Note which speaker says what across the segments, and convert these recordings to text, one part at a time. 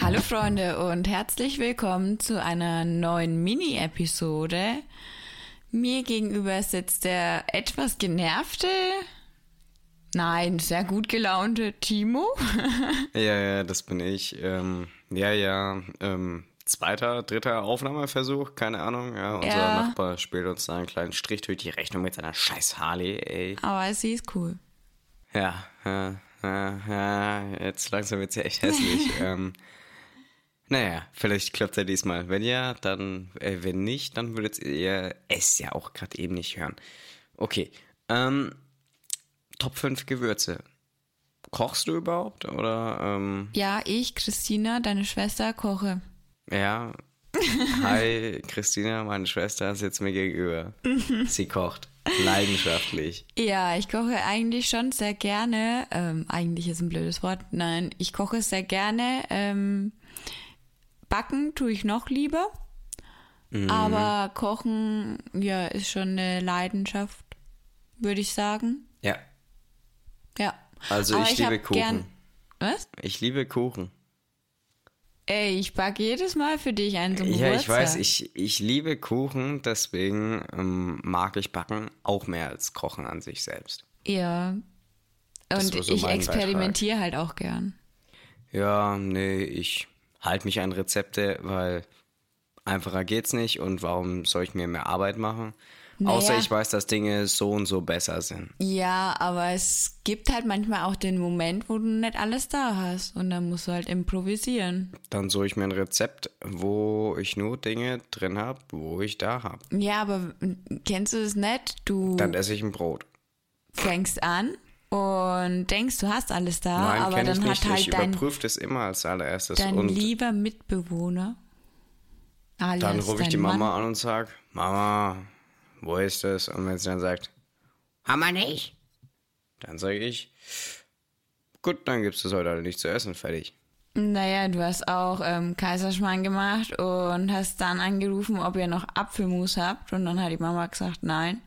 Speaker 1: Hallo Freunde und herzlich willkommen zu einer neuen Mini-Episode. Mir gegenüber sitzt der etwas genervte, nein, sehr gut gelaunte Timo.
Speaker 2: Ja, ja, das bin ich. Ähm, ja, ja. Ähm, zweiter, dritter Aufnahmeversuch, keine Ahnung. Ja, unser
Speaker 1: Ja.
Speaker 2: Nachbar spielt uns da einen kleinen Strich durch die Rechnung mit seiner scheiß Harley, ey.
Speaker 1: Aber sie ist cool.
Speaker 2: Ja, ja, ja, ja jetzt langsam wird's ja echt hässlich. ähm, naja, vielleicht klappt's ja diesmal. Wenn ja, dann, äh, wenn nicht, dann würdet ihr es ja auch gerade eben nicht hören. Okay, ähm, Top 5 Gewürze. Kochst du überhaupt oder, ähm,
Speaker 1: Ja, ich, Christina, deine Schwester, koche.
Speaker 2: Ja. Hi, Christina, meine Schwester sitzt mir gegenüber.
Speaker 1: Mhm.
Speaker 2: Sie kocht leidenschaftlich.
Speaker 1: Ja, ich koche eigentlich schon sehr gerne. Ähm, eigentlich ist ein blödes Wort. Nein, ich koche sehr gerne. Ähm, backen tue ich noch lieber.
Speaker 2: Mhm.
Speaker 1: Aber kochen, ja, ist schon eine Leidenschaft, würde ich sagen.
Speaker 2: Ja.
Speaker 1: Ja.
Speaker 2: Also
Speaker 1: Aber
Speaker 2: ich liebe
Speaker 1: hab
Speaker 2: Kuchen.
Speaker 1: was?
Speaker 2: Ich liebe Kuchen.
Speaker 1: Ey, ich backe jedes Mal für dich einen zum
Speaker 2: Ja, ich
Speaker 1: Geburtstag.
Speaker 2: weiß, ich, ich liebe Kuchen, deswegen ähm, mag ich Backen auch mehr als Kochen an sich selbst.
Speaker 1: Ja. Und
Speaker 2: war so
Speaker 1: ich
Speaker 2: mein
Speaker 1: experimentiere halt auch gern.
Speaker 2: Ja, nee, ich halte mich an Rezepte, weil einfacher geht's nicht und warum soll ich mir mehr Arbeit machen? Außer
Speaker 1: Naja.
Speaker 2: ich weiß, dass Dinge so und so besser sind.
Speaker 1: Ja, aber es gibt halt manchmal auch den Moment, wo du nicht alles da hast und dann musst du halt improvisieren.
Speaker 2: Dann suche ich mir ein Rezept, wo ich nur Dinge drin habe, wo ich da habe.
Speaker 1: Ja, aber kennst du es nicht? Du
Speaker 2: Dann esse ich ein Brot.
Speaker 1: fängst an und denkst, du hast alles da,
Speaker 2: Nein,
Speaker 1: Ah, aber
Speaker 2: kenne ich
Speaker 1: dann
Speaker 2: nicht.
Speaker 1: hat
Speaker 2: ich
Speaker 1: halt dein,
Speaker 2: überprüfe das immer als allererstes.
Speaker 1: dein
Speaker 2: und
Speaker 1: lieber Mitbewohner alles,
Speaker 2: dann rufe ich
Speaker 1: dein
Speaker 2: die
Speaker 1: Mann.
Speaker 2: Mama an und sage, Mama, wo ist das? Und wenn sie dann sagt, haben wir nicht, dann sage ich, gut, dann gibt es das heute halt nicht zu essen, fertig.
Speaker 1: Naja, du hast auch ähm, Kaiserschmarrn gemacht und hast dann angerufen, ob ihr noch Apfelmus habt. Und dann hat die Mama gesagt, nein.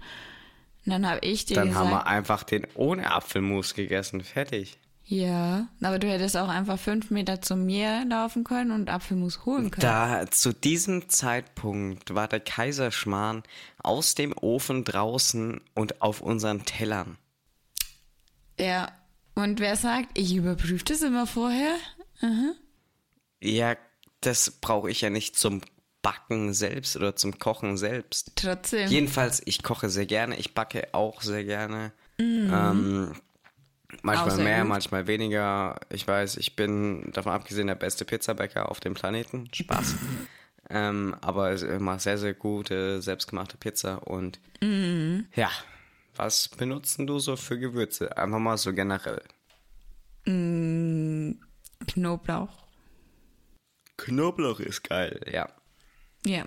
Speaker 1: Und dann habe ich dir
Speaker 2: Dann
Speaker 1: gesagt,
Speaker 2: haben wir einfach den ohne Apfelmus gegessen, fertig.
Speaker 1: ja, aber du hättest auch einfach fünf Meter zu mir laufen können und Apfelmus holen können.
Speaker 2: Da zu diesem Zeitpunkt war der Kaiserschmarrn aus dem Ofen draußen und auf unseren Tellern.
Speaker 1: Ja. Und wer sagt, ich überprüfe das immer vorher?
Speaker 2: Ja, das brauche ich ja nicht zum Backen selbst oder zum Kochen selbst.
Speaker 1: Trotzdem.
Speaker 2: Jedenfalls, ich koche sehr gerne, ich backe auch sehr gerne. Ähm, manchmal
Speaker 1: Außer
Speaker 2: mehr,
Speaker 1: gut.
Speaker 2: manchmal weniger. Ich weiß, ich bin davon abgesehen der beste Pizzabäcker auf dem Planeten. Spaß. ähm, aber ich mache sehr, sehr gute, selbstgemachte Pizza. Und ja, was benutzen du so für Gewürze? Einfach mal so generell.
Speaker 1: Knoblauch.
Speaker 2: Knoblauch ist geil. Ja.
Speaker 1: Ja.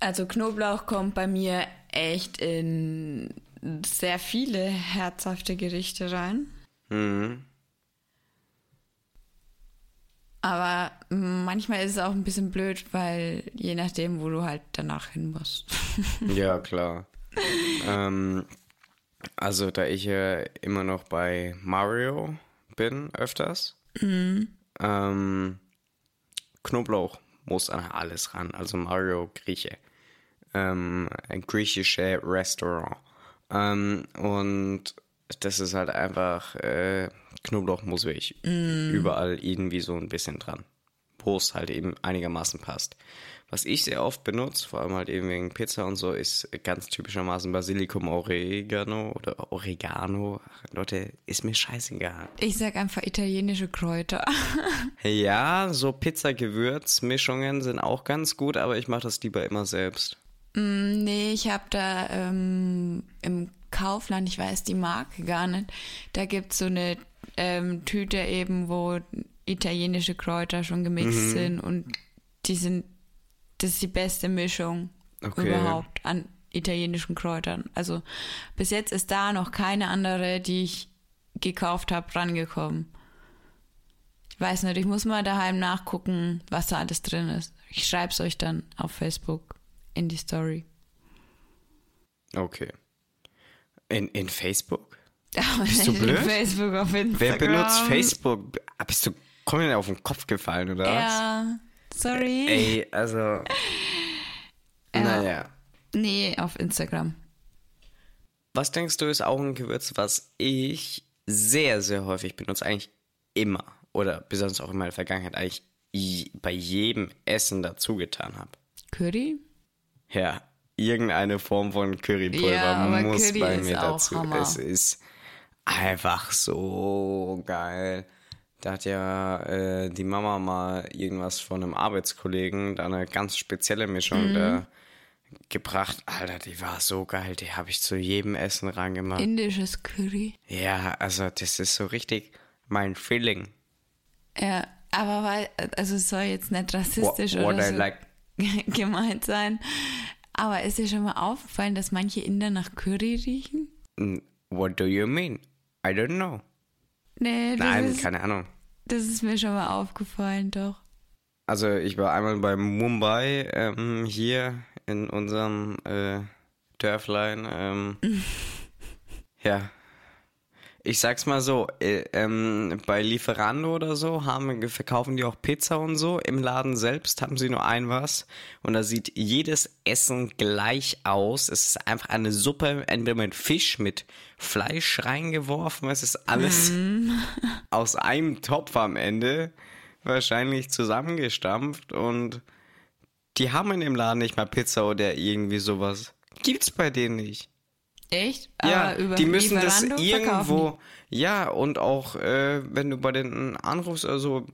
Speaker 1: Also Knoblauch kommt bei mir echt in sehr viele herzhafte Gerichte rein. Aber manchmal ist es auch ein bisschen blöd, weil je nachdem, wo du halt danach hin musst.
Speaker 2: Ja, klar. ähm, also, da ich ja immer noch bei Mario bin, öfters, ähm, Knoblauch muss an alles ran. Also, Mario Grieche. Ähm, ein griechische Restaurant. Ähm, und das ist halt einfach, äh, Knoblauch muss wirklich überall irgendwie so ein bisschen dran wo es halt eben einigermaßen passt. Was ich sehr oft benutze, vor allem halt eben wegen Pizza und so, ist ganz typischermaßen Basilikum Oregano oder Oregano. Leute, ist mir scheißegal.
Speaker 1: Ich sag einfach italienische Kräuter.
Speaker 2: Ja, so Pizzagewürzmischungen sind auch ganz gut, aber ich mache das lieber immer selbst.
Speaker 1: Mm, Nee, ich habe da ähm, im Kaufland, ich weiß die Marke gar nicht, da gibt's so eine ähm, Tüte eben, wo italienische Kräuter schon gemixt sind und die sind, das ist die beste Mischung
Speaker 2: Okay.
Speaker 1: überhaupt an italienischen Kräutern. Also bis jetzt ist da noch keine andere, die ich gekauft habe, rangekommen. Ich weiß nicht, ich muss mal daheim nachgucken, was da alles drin ist. Ich schreib's euch dann auf Facebook in die Story.
Speaker 2: Okay. In, in Facebook?
Speaker 1: Aber
Speaker 2: Bist du
Speaker 1: nicht
Speaker 2: blöd?
Speaker 1: In Facebook auf Instagram.
Speaker 2: Wer benutzt Facebook? Ah, Bist du komplett auf den Kopf gefallen, oder was?
Speaker 1: Ja, sorry.
Speaker 2: Ey, also. Naja.
Speaker 1: Nee, auf Instagram.
Speaker 2: Was denkst du, ist auch ein Gewürz, was ich sehr, sehr häufig benutze? Eigentlich immer. Oder besonders auch in meiner Vergangenheit eigentlich je- bei jedem Essen dazu getan habe.
Speaker 1: Curry?
Speaker 2: Ja, irgendeine Form von Currypulver
Speaker 1: Ja, aber
Speaker 2: muss
Speaker 1: Curry
Speaker 2: bei
Speaker 1: ist
Speaker 2: mir
Speaker 1: auch
Speaker 2: dazu.
Speaker 1: Hammer.
Speaker 2: Es ist einfach so geil. Da hat ja äh, die Mama mal irgendwas von einem Arbeitskollegen, da eine ganz spezielle Mischung
Speaker 1: Mhm.
Speaker 2: da gebracht. Alter, die war so geil. Die habe ich zu jedem Essen reingemacht.
Speaker 1: Indisches Curry.
Speaker 2: ja, also das ist so richtig mein Feeling.
Speaker 1: Ja, aber weil, also es soll jetzt nicht
Speaker 2: What,
Speaker 1: rassistisch
Speaker 2: what
Speaker 1: oder
Speaker 2: I
Speaker 1: so
Speaker 2: like.
Speaker 1: gemeint sein. Aber ist dir schon mal aufgefallen, dass manche Inder nach Curry riechen?
Speaker 2: Mm, What do you mean? I don't know.
Speaker 1: Nee, das,
Speaker 2: Nein,
Speaker 1: ist,
Speaker 2: keine Ahnung.
Speaker 1: das ist mir schon mal aufgefallen, doch.
Speaker 2: Also ich war einmal bei Mumbai ähm, hier in unserem äh, Dörflein. Ähm, ja. Ich sag's mal so, äh, ähm, bei Lieferando oder so haben, verkaufen die auch Pizza und so. Im Laden selbst haben sie nur ein was. Und da sieht jedes Essen gleich aus. Es ist einfach eine Suppe, entweder mit Fisch, mit Fleisch reingeworfen. Es ist alles aus einem Topf am Ende wahrscheinlich zusammengestampft und die haben in dem Laden nicht mal Pizza oder irgendwie sowas. Gibt's bei denen nicht.
Speaker 1: Echt?
Speaker 2: Ja,
Speaker 1: aber Ah, über
Speaker 2: die müssen das
Speaker 1: Lieferando
Speaker 2: irgendwo.
Speaker 1: Verkaufen.
Speaker 2: Ja, und auch äh, wenn du bei denen anrufst oder so,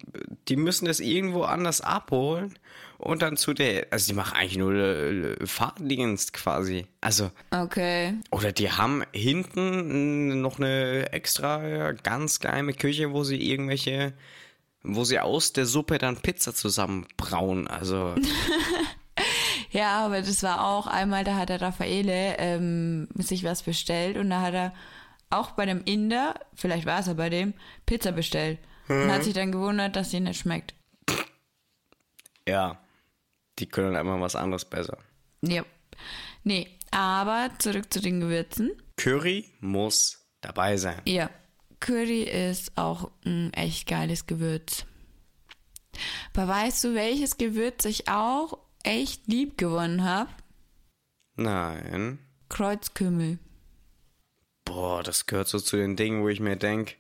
Speaker 2: die müssen das irgendwo anders abholen und dann zu der. Also die machen eigentlich nur äh, Fahrdienst quasi. Also
Speaker 1: Okay.
Speaker 2: oder die haben hinten äh, noch eine extra ganz geheime Küche, wo sie irgendwelche, wo sie aus der Suppe dann Pizza zusammenbrauen. Also,
Speaker 1: Ja, aber das war auch einmal, da hat der Raffaele ähm, sich was bestellt und da hat er auch bei dem Inder, vielleicht war es er bei dem, Pizza bestellt.
Speaker 2: Hm.
Speaker 1: Und hat sich dann gewundert, dass sie nicht schmeckt.
Speaker 2: ja, die können einfach was anderes besser.
Speaker 1: Ja. Nee, aber zurück zu den Gewürzen.
Speaker 2: Curry muss dabei sein.
Speaker 1: Ja, Curry ist auch ein echt geiles Gewürz. Aber weißt du, welches Gewürz ich auch echt lieb gewonnen habe?
Speaker 2: Nein.
Speaker 1: Kreuzkümmel.
Speaker 2: Boah, das gehört so zu den Dingen, wo ich mir denke,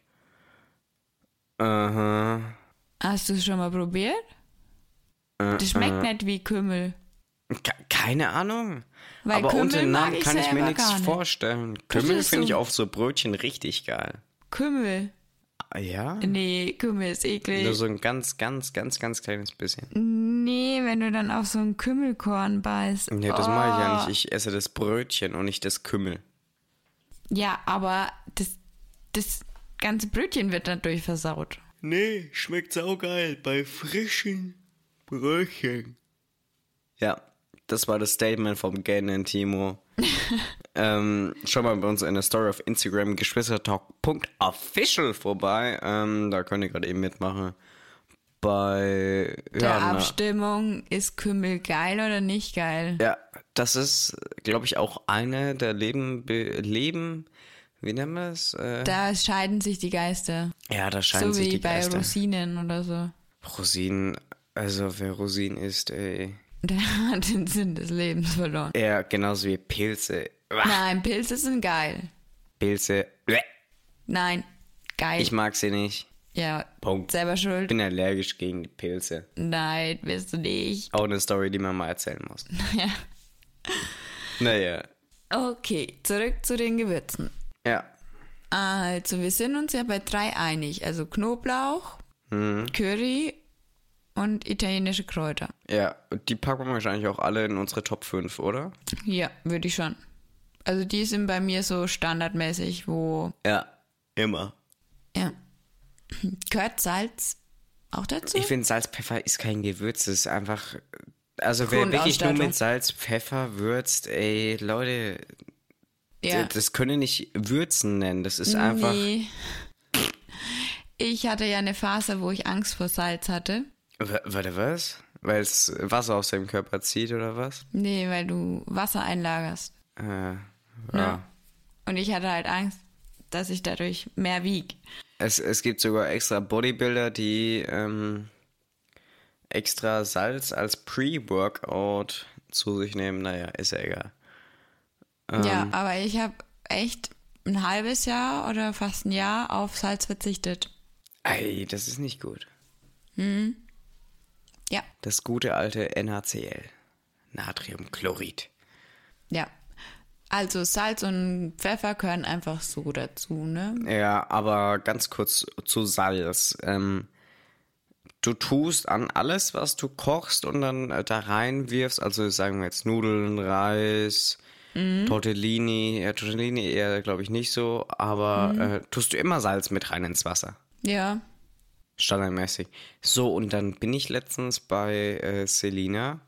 Speaker 2: aha,
Speaker 1: Hast du es schon mal probiert?
Speaker 2: Äh,
Speaker 1: Das schmeckt nicht wie Kümmel.
Speaker 2: Ke- Keine Ahnung.
Speaker 1: Weil
Speaker 2: Aber
Speaker 1: Kümmel
Speaker 2: unter dem
Speaker 1: mag
Speaker 2: Namen
Speaker 1: ich
Speaker 2: kann ich mir
Speaker 1: selber
Speaker 2: nichts
Speaker 1: gar nicht.
Speaker 2: vorstellen. Kümmel
Speaker 1: ist
Speaker 2: finde
Speaker 1: so-
Speaker 2: ich auf so Brötchen richtig geil.
Speaker 1: Kümmel.
Speaker 2: Ah, Ja?
Speaker 1: Nee, Kümmel ist eklig.
Speaker 2: Nur so ein ganz, ganz, ganz, ganz kleines bisschen.
Speaker 1: nee, wenn du dann auf so ein Kümmelkorn beißt.
Speaker 2: Ja, das mache ich ja nicht. Ich esse das Brötchen und nicht das Kümmel.
Speaker 1: Oh. Ja, aber das, das ganze Brötchen wird dadurch versaut.
Speaker 2: Nee, schmeckt saugeil bei frischen Brötchen. Ja, das war das Statement vom Ganon Timo. ähm, schau mal bei uns in der Story auf Instagram geschwistertalk.official vorbei. Ähm, da könnt ihr gerade eben mitmachen. Bei
Speaker 1: Der
Speaker 2: na,
Speaker 1: Abstimmung, ist Kümmel geil oder nicht geil?
Speaker 2: Ja, das ist, glaube ich, auch eine der Leben, Be- Leben wie nennen wir es? Äh,
Speaker 1: Da scheiden sich die Geister.
Speaker 2: ja, da scheinen
Speaker 1: So
Speaker 2: sich
Speaker 1: wie
Speaker 2: die
Speaker 1: bei
Speaker 2: Geister.
Speaker 1: Rosinen oder so.
Speaker 2: Rosinen, also wer Rosinen isst, ey.
Speaker 1: Der hat den Sinn des Lebens verloren.
Speaker 2: Ja, genauso wie Pilze. Uah,
Speaker 1: Nein, Pilze sind geil.
Speaker 2: Pilze. Uah,
Speaker 1: Nein, geil.
Speaker 2: Ich mag sie nicht.
Speaker 1: ja,
Speaker 2: Punkt.
Speaker 1: selber schuld.
Speaker 2: Ich bin allergisch gegen die Pilze.
Speaker 1: Nein, bist du nicht.
Speaker 2: Auch eine Story, die man mal erzählen muss.
Speaker 1: Ja.
Speaker 2: Naja.
Speaker 1: Okay, zurück zu den Gewürzen.
Speaker 2: Ja.
Speaker 1: Also, wir sind uns ja bei drei einig. Also Knoblauch,
Speaker 2: Mhm.
Speaker 1: Curry und italienische Kräuter.
Speaker 2: Ja. Und die packen wir wahrscheinlich auch alle in unsere Top 5, oder?
Speaker 1: Ja, würde ich schon. Also die sind bei mir so standardmäßig, wo
Speaker 2: Ja. Immer.
Speaker 1: ja. gehört Salz auch dazu?
Speaker 2: Ich finde, Salz, Pfeffer ist kein Gewürz. Es ist einfach. Also, wer wirklich nur
Speaker 1: Grundausstattung.
Speaker 2: mit Salz, Pfeffer würzt, ey, Leute,
Speaker 1: ja.
Speaker 2: das können nicht Würzen nennen. Das ist einfach.
Speaker 1: Nee. Ich hatte ja eine Phase, wo ich Angst vor Salz hatte.
Speaker 2: W- Warte, was? Weil es Wasser aus dem Körper zieht oder was?
Speaker 1: Nee, weil du Wasser einlagerst. ne?
Speaker 2: Äh, ja.
Speaker 1: Und ich hatte halt Angst, dass ich dadurch mehr wieg.
Speaker 2: Es, es gibt sogar extra Bodybuilder, die ähm, extra Salz als Pre-Workout zu sich nehmen. Naja, ist ja egal. Ähm,
Speaker 1: ja, aber ich habe echt ein halbes Jahr oder fast ein Jahr auf Salz verzichtet.
Speaker 2: Ey, das ist nicht gut.
Speaker 1: Ja,
Speaker 2: Das gute alte NaCl. Natriumchlorid.
Speaker 1: ja. Also Salz und Pfeffer gehören einfach so dazu, ne?
Speaker 2: Ja, aber ganz kurz zu Salz. Ähm, du tust an alles, was du kochst und dann äh, da reinwirfst, also sagen wir jetzt Nudeln, Reis, Tortellini, ja, Tortellini eher glaube ich nicht so, aber äh, tust du immer Salz mit rein ins Wasser.
Speaker 1: Ja.
Speaker 2: Standardmäßig. So, und dann bin ich letztens bei äh, Selina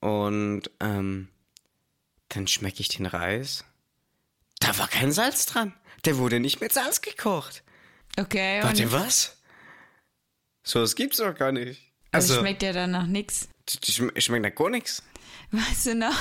Speaker 2: und ähm, dann schmecke ich den Reis. Da war kein Salz dran. Der wurde nicht mit Salz gekocht.
Speaker 1: Okay, und
Speaker 2: Warte, was? So, das gibt's doch gar nicht.
Speaker 1: also,
Speaker 2: Also,
Speaker 1: schmeckt ja dann nach nichts.
Speaker 2: die- die schm schmeckt nach gar nichts.
Speaker 1: Weißt du noch,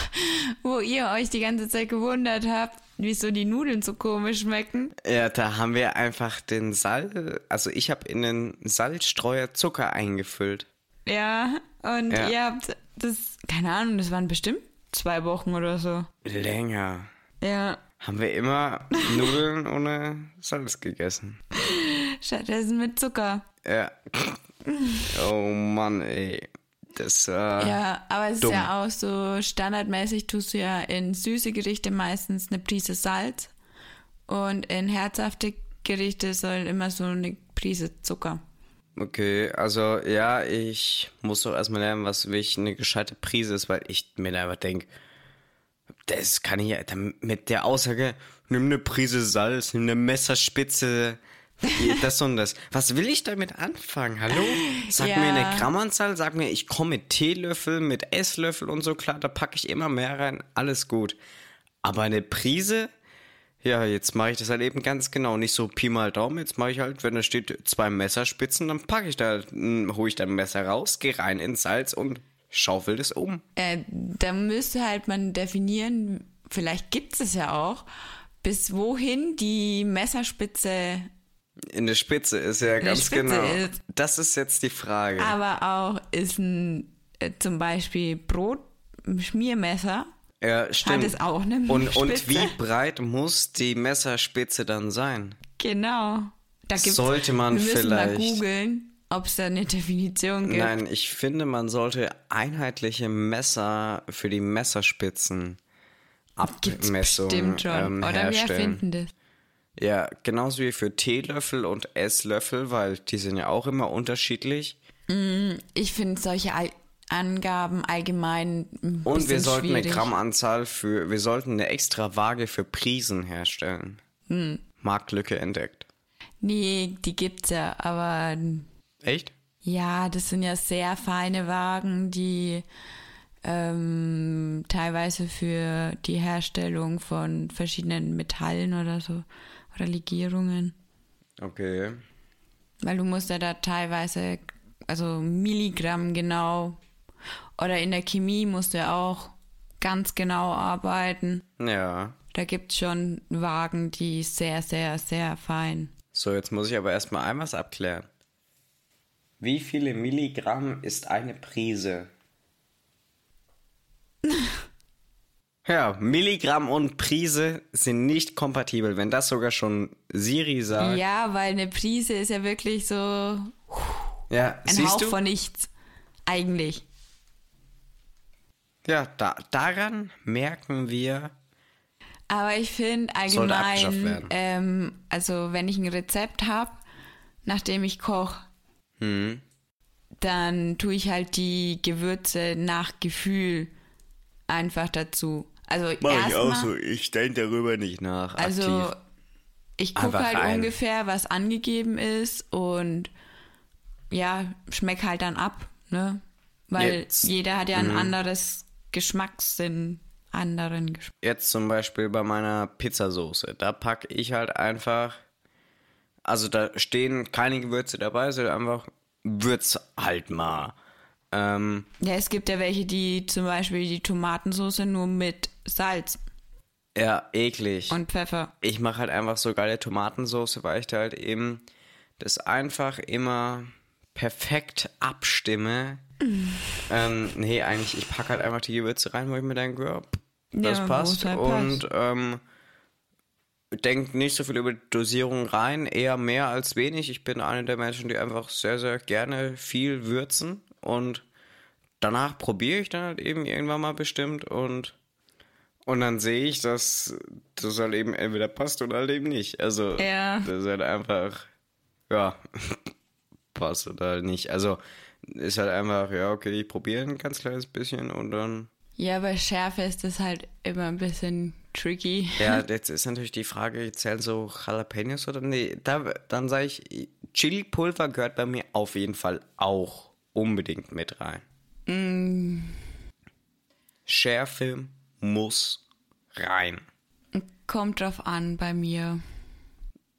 Speaker 1: wo ihr euch die ganze Zeit gewundert habt, wieso die Nudeln so komisch schmecken?
Speaker 2: Ja, da haben wir einfach den Salz, also ich habe in den Salzstreuer Zucker eingefüllt.
Speaker 1: Ja, und
Speaker 2: Ja.
Speaker 1: ihr habt das, keine Ahnung, das waren bestimmt zwei Wochen oder so.
Speaker 2: Länger.
Speaker 1: Ja,
Speaker 2: Haben wir immer Nudeln ohne Salz gegessen.
Speaker 1: stattdessen mit Zucker.
Speaker 2: Ja. Oh Mann, ey. Das äh, war.
Speaker 1: Ja, aber es
Speaker 2: Ah, dumm.
Speaker 1: ist ja auch so, standardmäßig tust du ja in süße Gerichte meistens eine Prise Salz und in herzhafte Gerichte soll immer so eine Prise Zucker.
Speaker 2: Okay, also ja, ich muss doch erstmal lernen, was wirklich eine gescheite Prise ist, weil ich mir da einfach denke, das kann ich ja dann mit der Aussage, nimm eine Prise Salz, nimm eine Messerspitze, das und das. Was will ich damit anfangen? Hallo? Sag
Speaker 1: Ja.
Speaker 2: mir eine Grammanzahl, sag mir, ich komme mit Teelöffel, mit Esslöffel und so, klar, da packe ich immer mehr rein, alles gut. Aber eine Prise, ja, jetzt mache ich das halt eben ganz genau. Nicht so Pi mal Daumen. Jetzt mache ich halt, wenn da steht zwei Messerspitzen, dann packe ich da, hole ich dann ein Messer raus, gehe rein ins Salz und schaufel das um.
Speaker 1: Äh, da müsste halt man definieren, vielleicht gibt es es ja auch, bis wohin die Messerspitze,
Speaker 2: In der Spitze ist ja ganz
Speaker 1: Spitze
Speaker 2: genau.
Speaker 1: ist- Ah,
Speaker 2: Das ist jetzt die Frage.
Speaker 1: aber auch ist ein äh, zum Beispiel Brot, ein Schmiermesser,
Speaker 2: ja, stimmt.
Speaker 1: es auch eine
Speaker 2: und, und
Speaker 1: Spitze?
Speaker 2: wie breit muss die Messerspitze dann sein?
Speaker 1: genau. Da gibt's,
Speaker 2: Sollte man
Speaker 1: wir müssen
Speaker 2: vielleicht-
Speaker 1: mal googeln, ob es da eine Definition gibt.
Speaker 2: Nein, ich finde, man sollte einheitliche Messer für die Messerspitzen
Speaker 1: Gibt's
Speaker 2: Abmessungen
Speaker 1: bestimmt schon.
Speaker 2: ähm,
Speaker 1: Oder wir
Speaker 2: herstellen.
Speaker 1: erfinden das.
Speaker 2: Ja, genauso wie für Teelöffel und Esslöffel, weil die sind ja auch immer unterschiedlich.
Speaker 1: Ich finde solche Al Angaben allgemein ein
Speaker 2: Und wir
Speaker 1: bisschen
Speaker 2: sollten
Speaker 1: schwierig.
Speaker 2: eine Grammanzahl für, wir sollten eine extra Waage für Prisen herstellen.
Speaker 1: Hm.
Speaker 2: Marktlücke entdeckt.
Speaker 1: Nee, die gibt's ja, aber
Speaker 2: Echt?
Speaker 1: ja, das sind ja sehr feine Wagen, die ähm, teilweise für die Herstellung von verschiedenen Metallen oder so oder Legierungen.
Speaker 2: Okay.
Speaker 1: Weil du musst ja da teilweise, also Milligramm genau, oder in der Chemie musst du ja auch ganz genau arbeiten.
Speaker 2: Ja.
Speaker 1: Da gibt es schon Wagen, die sehr, sehr, sehr fein.
Speaker 2: So, jetzt muss ich aber erstmal ein was abklären. Wie viele Milligramm ist eine Prise? ja, Milligramm und Prise sind nicht kompatibel. Wenn das sogar schon Siri sagt.
Speaker 1: Ja, weil eine Prise ist ja wirklich so ein
Speaker 2: Ja, siehst
Speaker 1: Hauch
Speaker 2: du?
Speaker 1: von nichts. Eigentlich.
Speaker 2: ja, da, daran merken wir.
Speaker 1: Aber ich finde
Speaker 2: Sollte abgeschafft
Speaker 1: allgemein,
Speaker 2: werden.
Speaker 1: ähm, also wenn ich ein Rezept habe, nachdem ich koche,
Speaker 2: Hm.
Speaker 1: dann tue ich halt die Gewürze nach Gefühl einfach dazu. Also erstmal,
Speaker 2: Ich denke darüber nicht nach.
Speaker 1: also ich gucke
Speaker 2: Einfach
Speaker 1: halt
Speaker 2: rein.
Speaker 1: ungefähr, was angegeben ist und ja, schmeck halt dann ab, ne? Weil
Speaker 2: Jetzt. Mhm.
Speaker 1: jeder hat ja ein anderes Geschmackssinn, anderen Geschmack.
Speaker 2: Jetzt zum Beispiel bei meiner Pizzasoße. Da packe ich halt einfach. Also da stehen keine Gewürze dabei, sondern einfach Würz halt mal. Ähm,
Speaker 1: Ja, es gibt ja welche, die zum Beispiel die Tomatensauce nur mit Salz
Speaker 2: ja, eklig.
Speaker 1: und Pfeffer.
Speaker 2: ich mache halt einfach so geile Tomatensoße, weil ich da halt eben das einfach immer perfekt abstimme.
Speaker 1: Mm.
Speaker 2: ähm, nee, eigentlich, ich packe halt einfach die Gewürze rein, wo ich mir denke, ja, das
Speaker 1: Ja,
Speaker 2: passt.
Speaker 1: wo es halt
Speaker 2: und ähm, denkt nicht so viel über die Dosierung rein, eher mehr als wenig. Ich bin einer der Menschen, die einfach sehr, sehr gerne viel würzen und danach probiere ich dann halt eben irgendwann mal bestimmt und und dann sehe ich, dass das halt eben entweder passt oder halt eben nicht. Also
Speaker 1: Ja.
Speaker 2: das ist halt einfach, ja, passt oder halt nicht. Also ist halt einfach, ja, okay, ich probiere ein ganz kleines bisschen und dann
Speaker 1: Ja, bei Schärfe ist das halt immer ein bisschen tricky.
Speaker 2: Ja, jetzt ist natürlich die Frage, zählen so Jalapenos oder nee? Da, dann sage ich, Chili-Pulver gehört bei mir auf jeden Fall auch unbedingt mit rein. Mm. Schärfe muss rein.
Speaker 1: Kommt drauf an bei mir.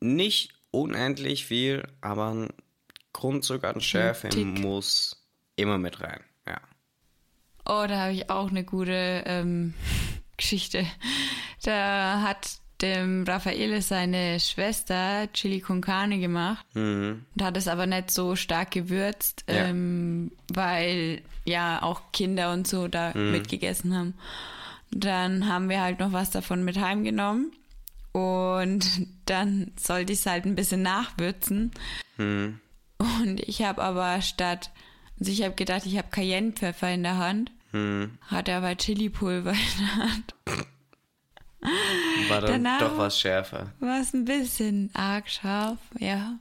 Speaker 2: Nicht unendlich viel, aber ein Grundzug an Schärfe
Speaker 1: Tick.
Speaker 2: muss immer mit rein. Ja.
Speaker 1: Oh, da habe ich auch eine gute ähm, Geschichte. Da hat dem Raffaele seine Schwester Chili con Carne gemacht und hat es aber nicht so stark gewürzt,
Speaker 2: Ja.
Speaker 1: ähm, weil ja auch Kinder und so da mitgegessen haben. Dann haben wir halt noch was davon mit heimgenommen und dann sollte ich es halt ein bisschen nachwürzen. Und ich habe aber statt, also ich habe gedacht, ich habe Cayennepfeffer in der Hand,
Speaker 2: Hm.
Speaker 1: hatte aber Chili-Pulver in der Hand.
Speaker 2: War dann
Speaker 1: Danach-
Speaker 2: doch was schärfer.
Speaker 1: War es ein bisschen arg scharf, ja.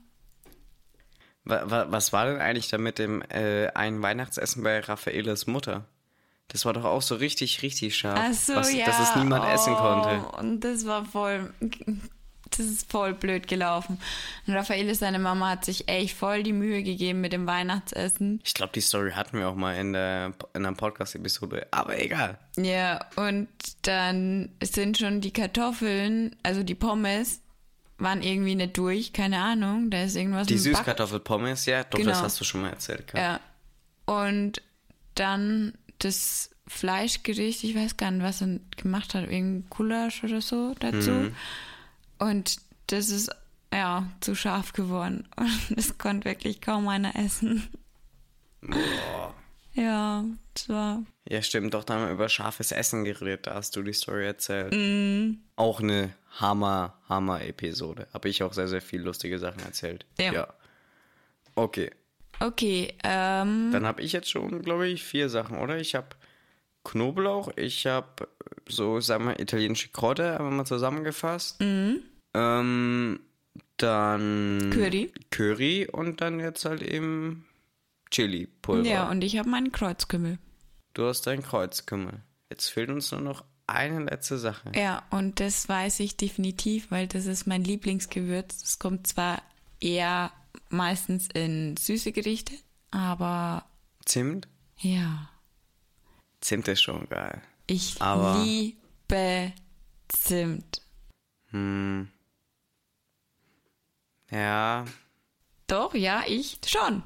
Speaker 2: Wa- wa- Was war denn eigentlich da mit dem äh, einen Weihnachtsessen bei Raffaeles Mutter? Das war doch auch so richtig, richtig scharf.
Speaker 1: Ach so,
Speaker 2: was,
Speaker 1: ja.
Speaker 2: Dass es niemand
Speaker 1: oh,
Speaker 2: essen konnte.
Speaker 1: Und das war voll, das ist voll blöd gelaufen. Und Raffaele, seine Mama, hat sich echt voll die Mühe gegeben mit dem Weihnachtsessen.
Speaker 2: Ich glaube, die Story hatten wir auch mal in, der, in einer Podcast-Episode. Aber egal.
Speaker 1: Ja, und dann sind schon die Kartoffeln, also die Pommes, waren irgendwie nicht durch, keine Ahnung. Da ist irgendwas
Speaker 2: Die
Speaker 1: mit dem Back-
Speaker 2: Süßkartoffelpommes, ja, doch, das
Speaker 1: Genau.
Speaker 2: hast du schon mal erzählt. gehabt.
Speaker 1: Ja. Und dann das Fleischgericht, ich weiß gar nicht, was er gemacht hat, irgendein Gulasch oder so dazu. Und das ist ja zu scharf geworden. Und das konnte wirklich kaum einer essen. Ja, das war.
Speaker 2: Ja. stimmt, doch, da haben wir über scharfes Essen geredet. Da hast du die Story erzählt.
Speaker 1: Mhm.
Speaker 2: Auch eine Hammer, Hammer-Episode. Habe ich auch sehr, sehr viel lustige Sachen erzählt.
Speaker 1: Ja.
Speaker 2: Okay.
Speaker 1: Okay, ähm,
Speaker 2: Dann habe ich jetzt schon, glaube ich, vier Sachen, oder? Ich habe Knoblauch, ich habe so, sagen wir, italienische Krotte, einfach mal zusammengefasst. Ähm,
Speaker 1: Mhm.
Speaker 2: dann
Speaker 1: Curry.
Speaker 2: Curry und dann jetzt halt eben Chili-Pulver.
Speaker 1: ja, und ich habe meinen Kreuzkümmel.
Speaker 2: Du hast dein Kreuzkümmel. Jetzt fehlt uns nur noch eine letzte Sache.
Speaker 1: Ja, und das weiß ich definitiv, weil das ist mein Lieblingsgewürz. Es kommt zwar eher meistens in süße Gerichte, aber
Speaker 2: Zimt?
Speaker 1: ja,
Speaker 2: Zimt ist schon geil.
Speaker 1: ich
Speaker 2: Aber-
Speaker 1: liebe Zimt.
Speaker 2: Hm. Ja,
Speaker 1: Doch, ja, ich schon.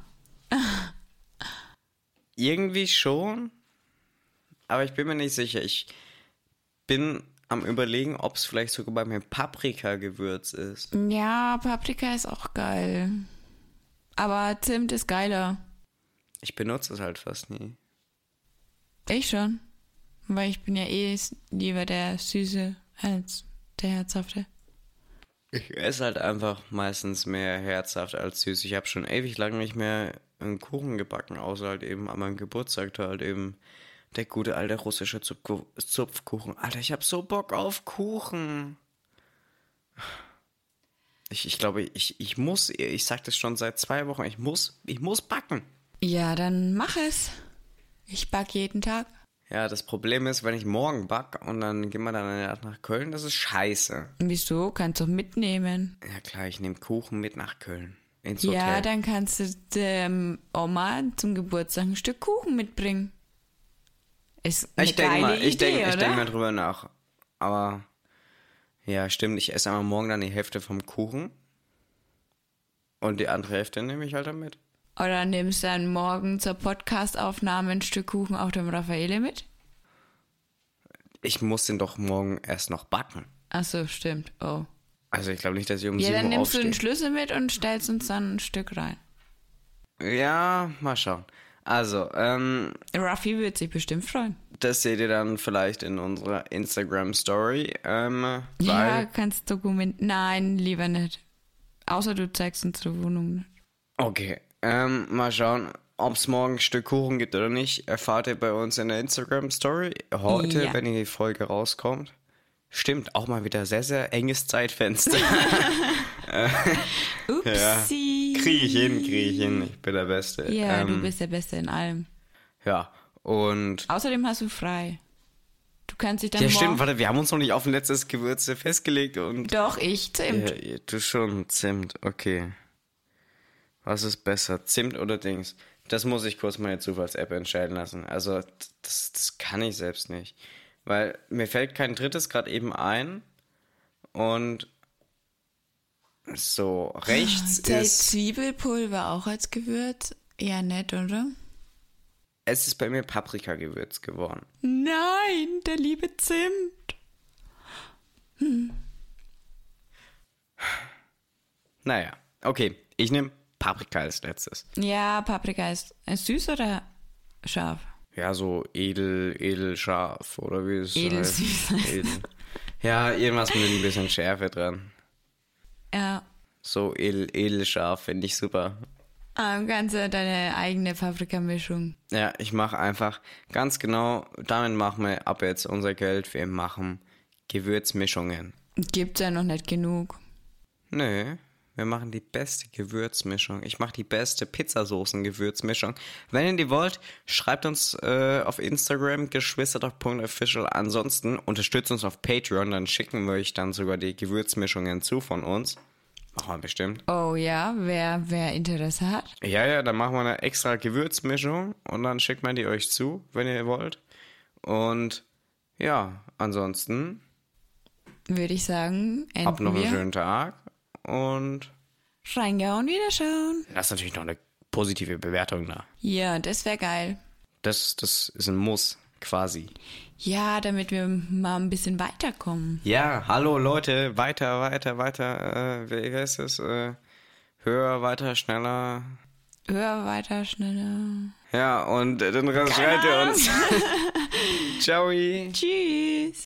Speaker 2: Irgendwie schon, aber ich bin mir nicht sicher. Ich bin am überlegen, ob es vielleicht sogar bei mir Paprika-Gewürz ist.
Speaker 1: Ja, Paprika ist auch geil. Aber Zimt ist geiler.
Speaker 2: Ich benutze es halt fast nie.
Speaker 1: Ich schon. Weil ich bin ja eh s- lieber der Süße als der Herzhafte.
Speaker 2: Ich esse halt einfach meistens mehr herzhaft als süß. Ich habe schon ewig lange nicht mehr einen Kuchen gebacken, außer halt eben an meinem Geburtstag da halt eben der gute alte russische Zupfku- Zupfkuchen. Alter, ich habe so Bock auf Kuchen. Ich, ich glaube, ich, ich muss, ich sag das schon seit zwei Wochen, ich muss, ich muss backen.
Speaker 1: Ja, dann mach es. Ich back jeden Tag.
Speaker 2: Ja, das Problem ist, wenn ich morgen back und dann gehen wir dann in der Nacht nach Köln, das ist scheiße.
Speaker 1: Wieso? Kannst du mitnehmen.
Speaker 2: Ja klar, ich nehme Kuchen mit nach Köln. Ins
Speaker 1: Ja,
Speaker 2: Hotel.
Speaker 1: dann kannst du der Oma zum Geburtstag ein Stück Kuchen mitbringen. Ist eine
Speaker 2: Ich denke
Speaker 1: geile
Speaker 2: mal, ich
Speaker 1: Idee,
Speaker 2: denke
Speaker 1: oder?
Speaker 2: ich denk mal drüber nach. Aber ja, stimmt, ich esse einmal morgen dann die Hälfte vom Kuchen. Und die andere Hälfte nehme ich halt dann mit.
Speaker 1: Oder nimmst du dann morgen zur Podcastaufnahme ein Stück Kuchen auf dem Raffaele mit?
Speaker 2: Ich muss den doch morgen erst noch backen.
Speaker 1: Achso, stimmt. Oh.
Speaker 2: Also ich glaube nicht, dass ich um
Speaker 1: Ja,
Speaker 2: 7
Speaker 1: dann
Speaker 2: Uhr
Speaker 1: nimmst du
Speaker 2: aufstehe.
Speaker 1: den Schlüssel mit und stellst uns dann ein Stück rein.
Speaker 2: Ja, mal schauen. Also, ähm,
Speaker 1: Ruffy wird sich bestimmt freuen.
Speaker 2: das seht ihr dann vielleicht in unserer Instagram-Story. Ähm,
Speaker 1: Ja,
Speaker 2: weil,
Speaker 1: kannst Dokument. Nein, lieber nicht. Außer du zeigst uns die Wohnung nicht.
Speaker 2: okay, ähm, mal schauen, ob es morgen ein Stück Kuchen gibt oder nicht, erfahrt ihr bei uns in der Instagram-Story. Heute,
Speaker 1: Ja.
Speaker 2: wenn die Folge rauskommt. Stimmt, auch mal wieder sehr, sehr enges Zeitfenster.
Speaker 1: Upsi.
Speaker 2: kriege ich hin, kriege ich hin. Ich bin der Beste.
Speaker 1: Ja,
Speaker 2: ähm,
Speaker 1: du bist der Beste in allem.
Speaker 2: Ja, und...
Speaker 1: Außerdem hast du frei. Du kannst dich dann
Speaker 2: Ja,
Speaker 1: morgen...
Speaker 2: stimmt, warte, wir haben uns noch nicht auf ein letztes Gewürze festgelegt und
Speaker 1: Doch, ich Zimt.
Speaker 2: Ja, ja, du schon, Zimt, okay. Was ist besser, Zimt oder Dings? Das muss ich kurz meine Zufalls-App entscheiden lassen. Also, d- das, das kann ich selbst nicht. Weil mir fällt kein drittes gerade eben ein. Und so, rechts
Speaker 1: Zählt
Speaker 2: ist.
Speaker 1: Zwiebelpulver auch als Gewürz? Ja, nett, oder?
Speaker 2: Es ist bei mir Paprikagewürz geworden.
Speaker 1: Nein, der liebe Zimt.
Speaker 2: Naja, okay. Ich nehme Paprika als letztes.
Speaker 1: Ja, Paprika ist, ist süß oder scharf?
Speaker 2: Ja, so edel, edel scharf oder wie es
Speaker 1: Edel süß heißt.
Speaker 2: Edel. Ja, irgendwas mit ein bisschen Schärfe dran.
Speaker 1: Ja.
Speaker 2: So edel, edel scharf finde ich super.
Speaker 1: Ah, du kannst ja deine eigene Paprikamischung.
Speaker 2: Ja, ich mache einfach ganz genau, damit machen wir ab jetzt unser Geld. Wir machen Gewürzmischungen.
Speaker 1: Gibt's ja noch nicht genug.
Speaker 2: Nö, wir machen die beste Gewürzmischung. Ich mache die beste Pizzasoßen-Gewürzmischung. Wenn ihr die wollt, schreibt uns äh, auf Instagram geschwister.official. Ansonsten unterstützt uns auf Patreon, dann schicken wir euch dann sogar die Gewürzmischungen zu von uns. Machen wir bestimmt.
Speaker 1: Oh ja, wer, wer Interesse hat.
Speaker 2: Ja, ja, dann machen wir eine extra Gewürzmischung und dann schickt man die euch zu, wenn ihr wollt. Und ja, ansonsten
Speaker 1: Würde ich sagen, enden
Speaker 2: habt noch einen
Speaker 1: wir.
Speaker 2: schönen Tag und
Speaker 1: Reingehauen, wieder schauen.
Speaker 2: lasst natürlich noch eine positive Bewertung da.
Speaker 1: Ja, das wäre geil.
Speaker 2: Das, das ist ein Muss, quasi.
Speaker 1: Ja, damit wir mal ein bisschen weiterkommen.
Speaker 2: Ja, hallo Leute, weiter, weiter, weiter. Äh, wie heißt es? Äh, höher, weiter, schneller.
Speaker 1: Hör weiter, schneller.
Speaker 2: Ja, und äh, den Rest schreit ihr uns. Ciao.
Speaker 1: Tschüss.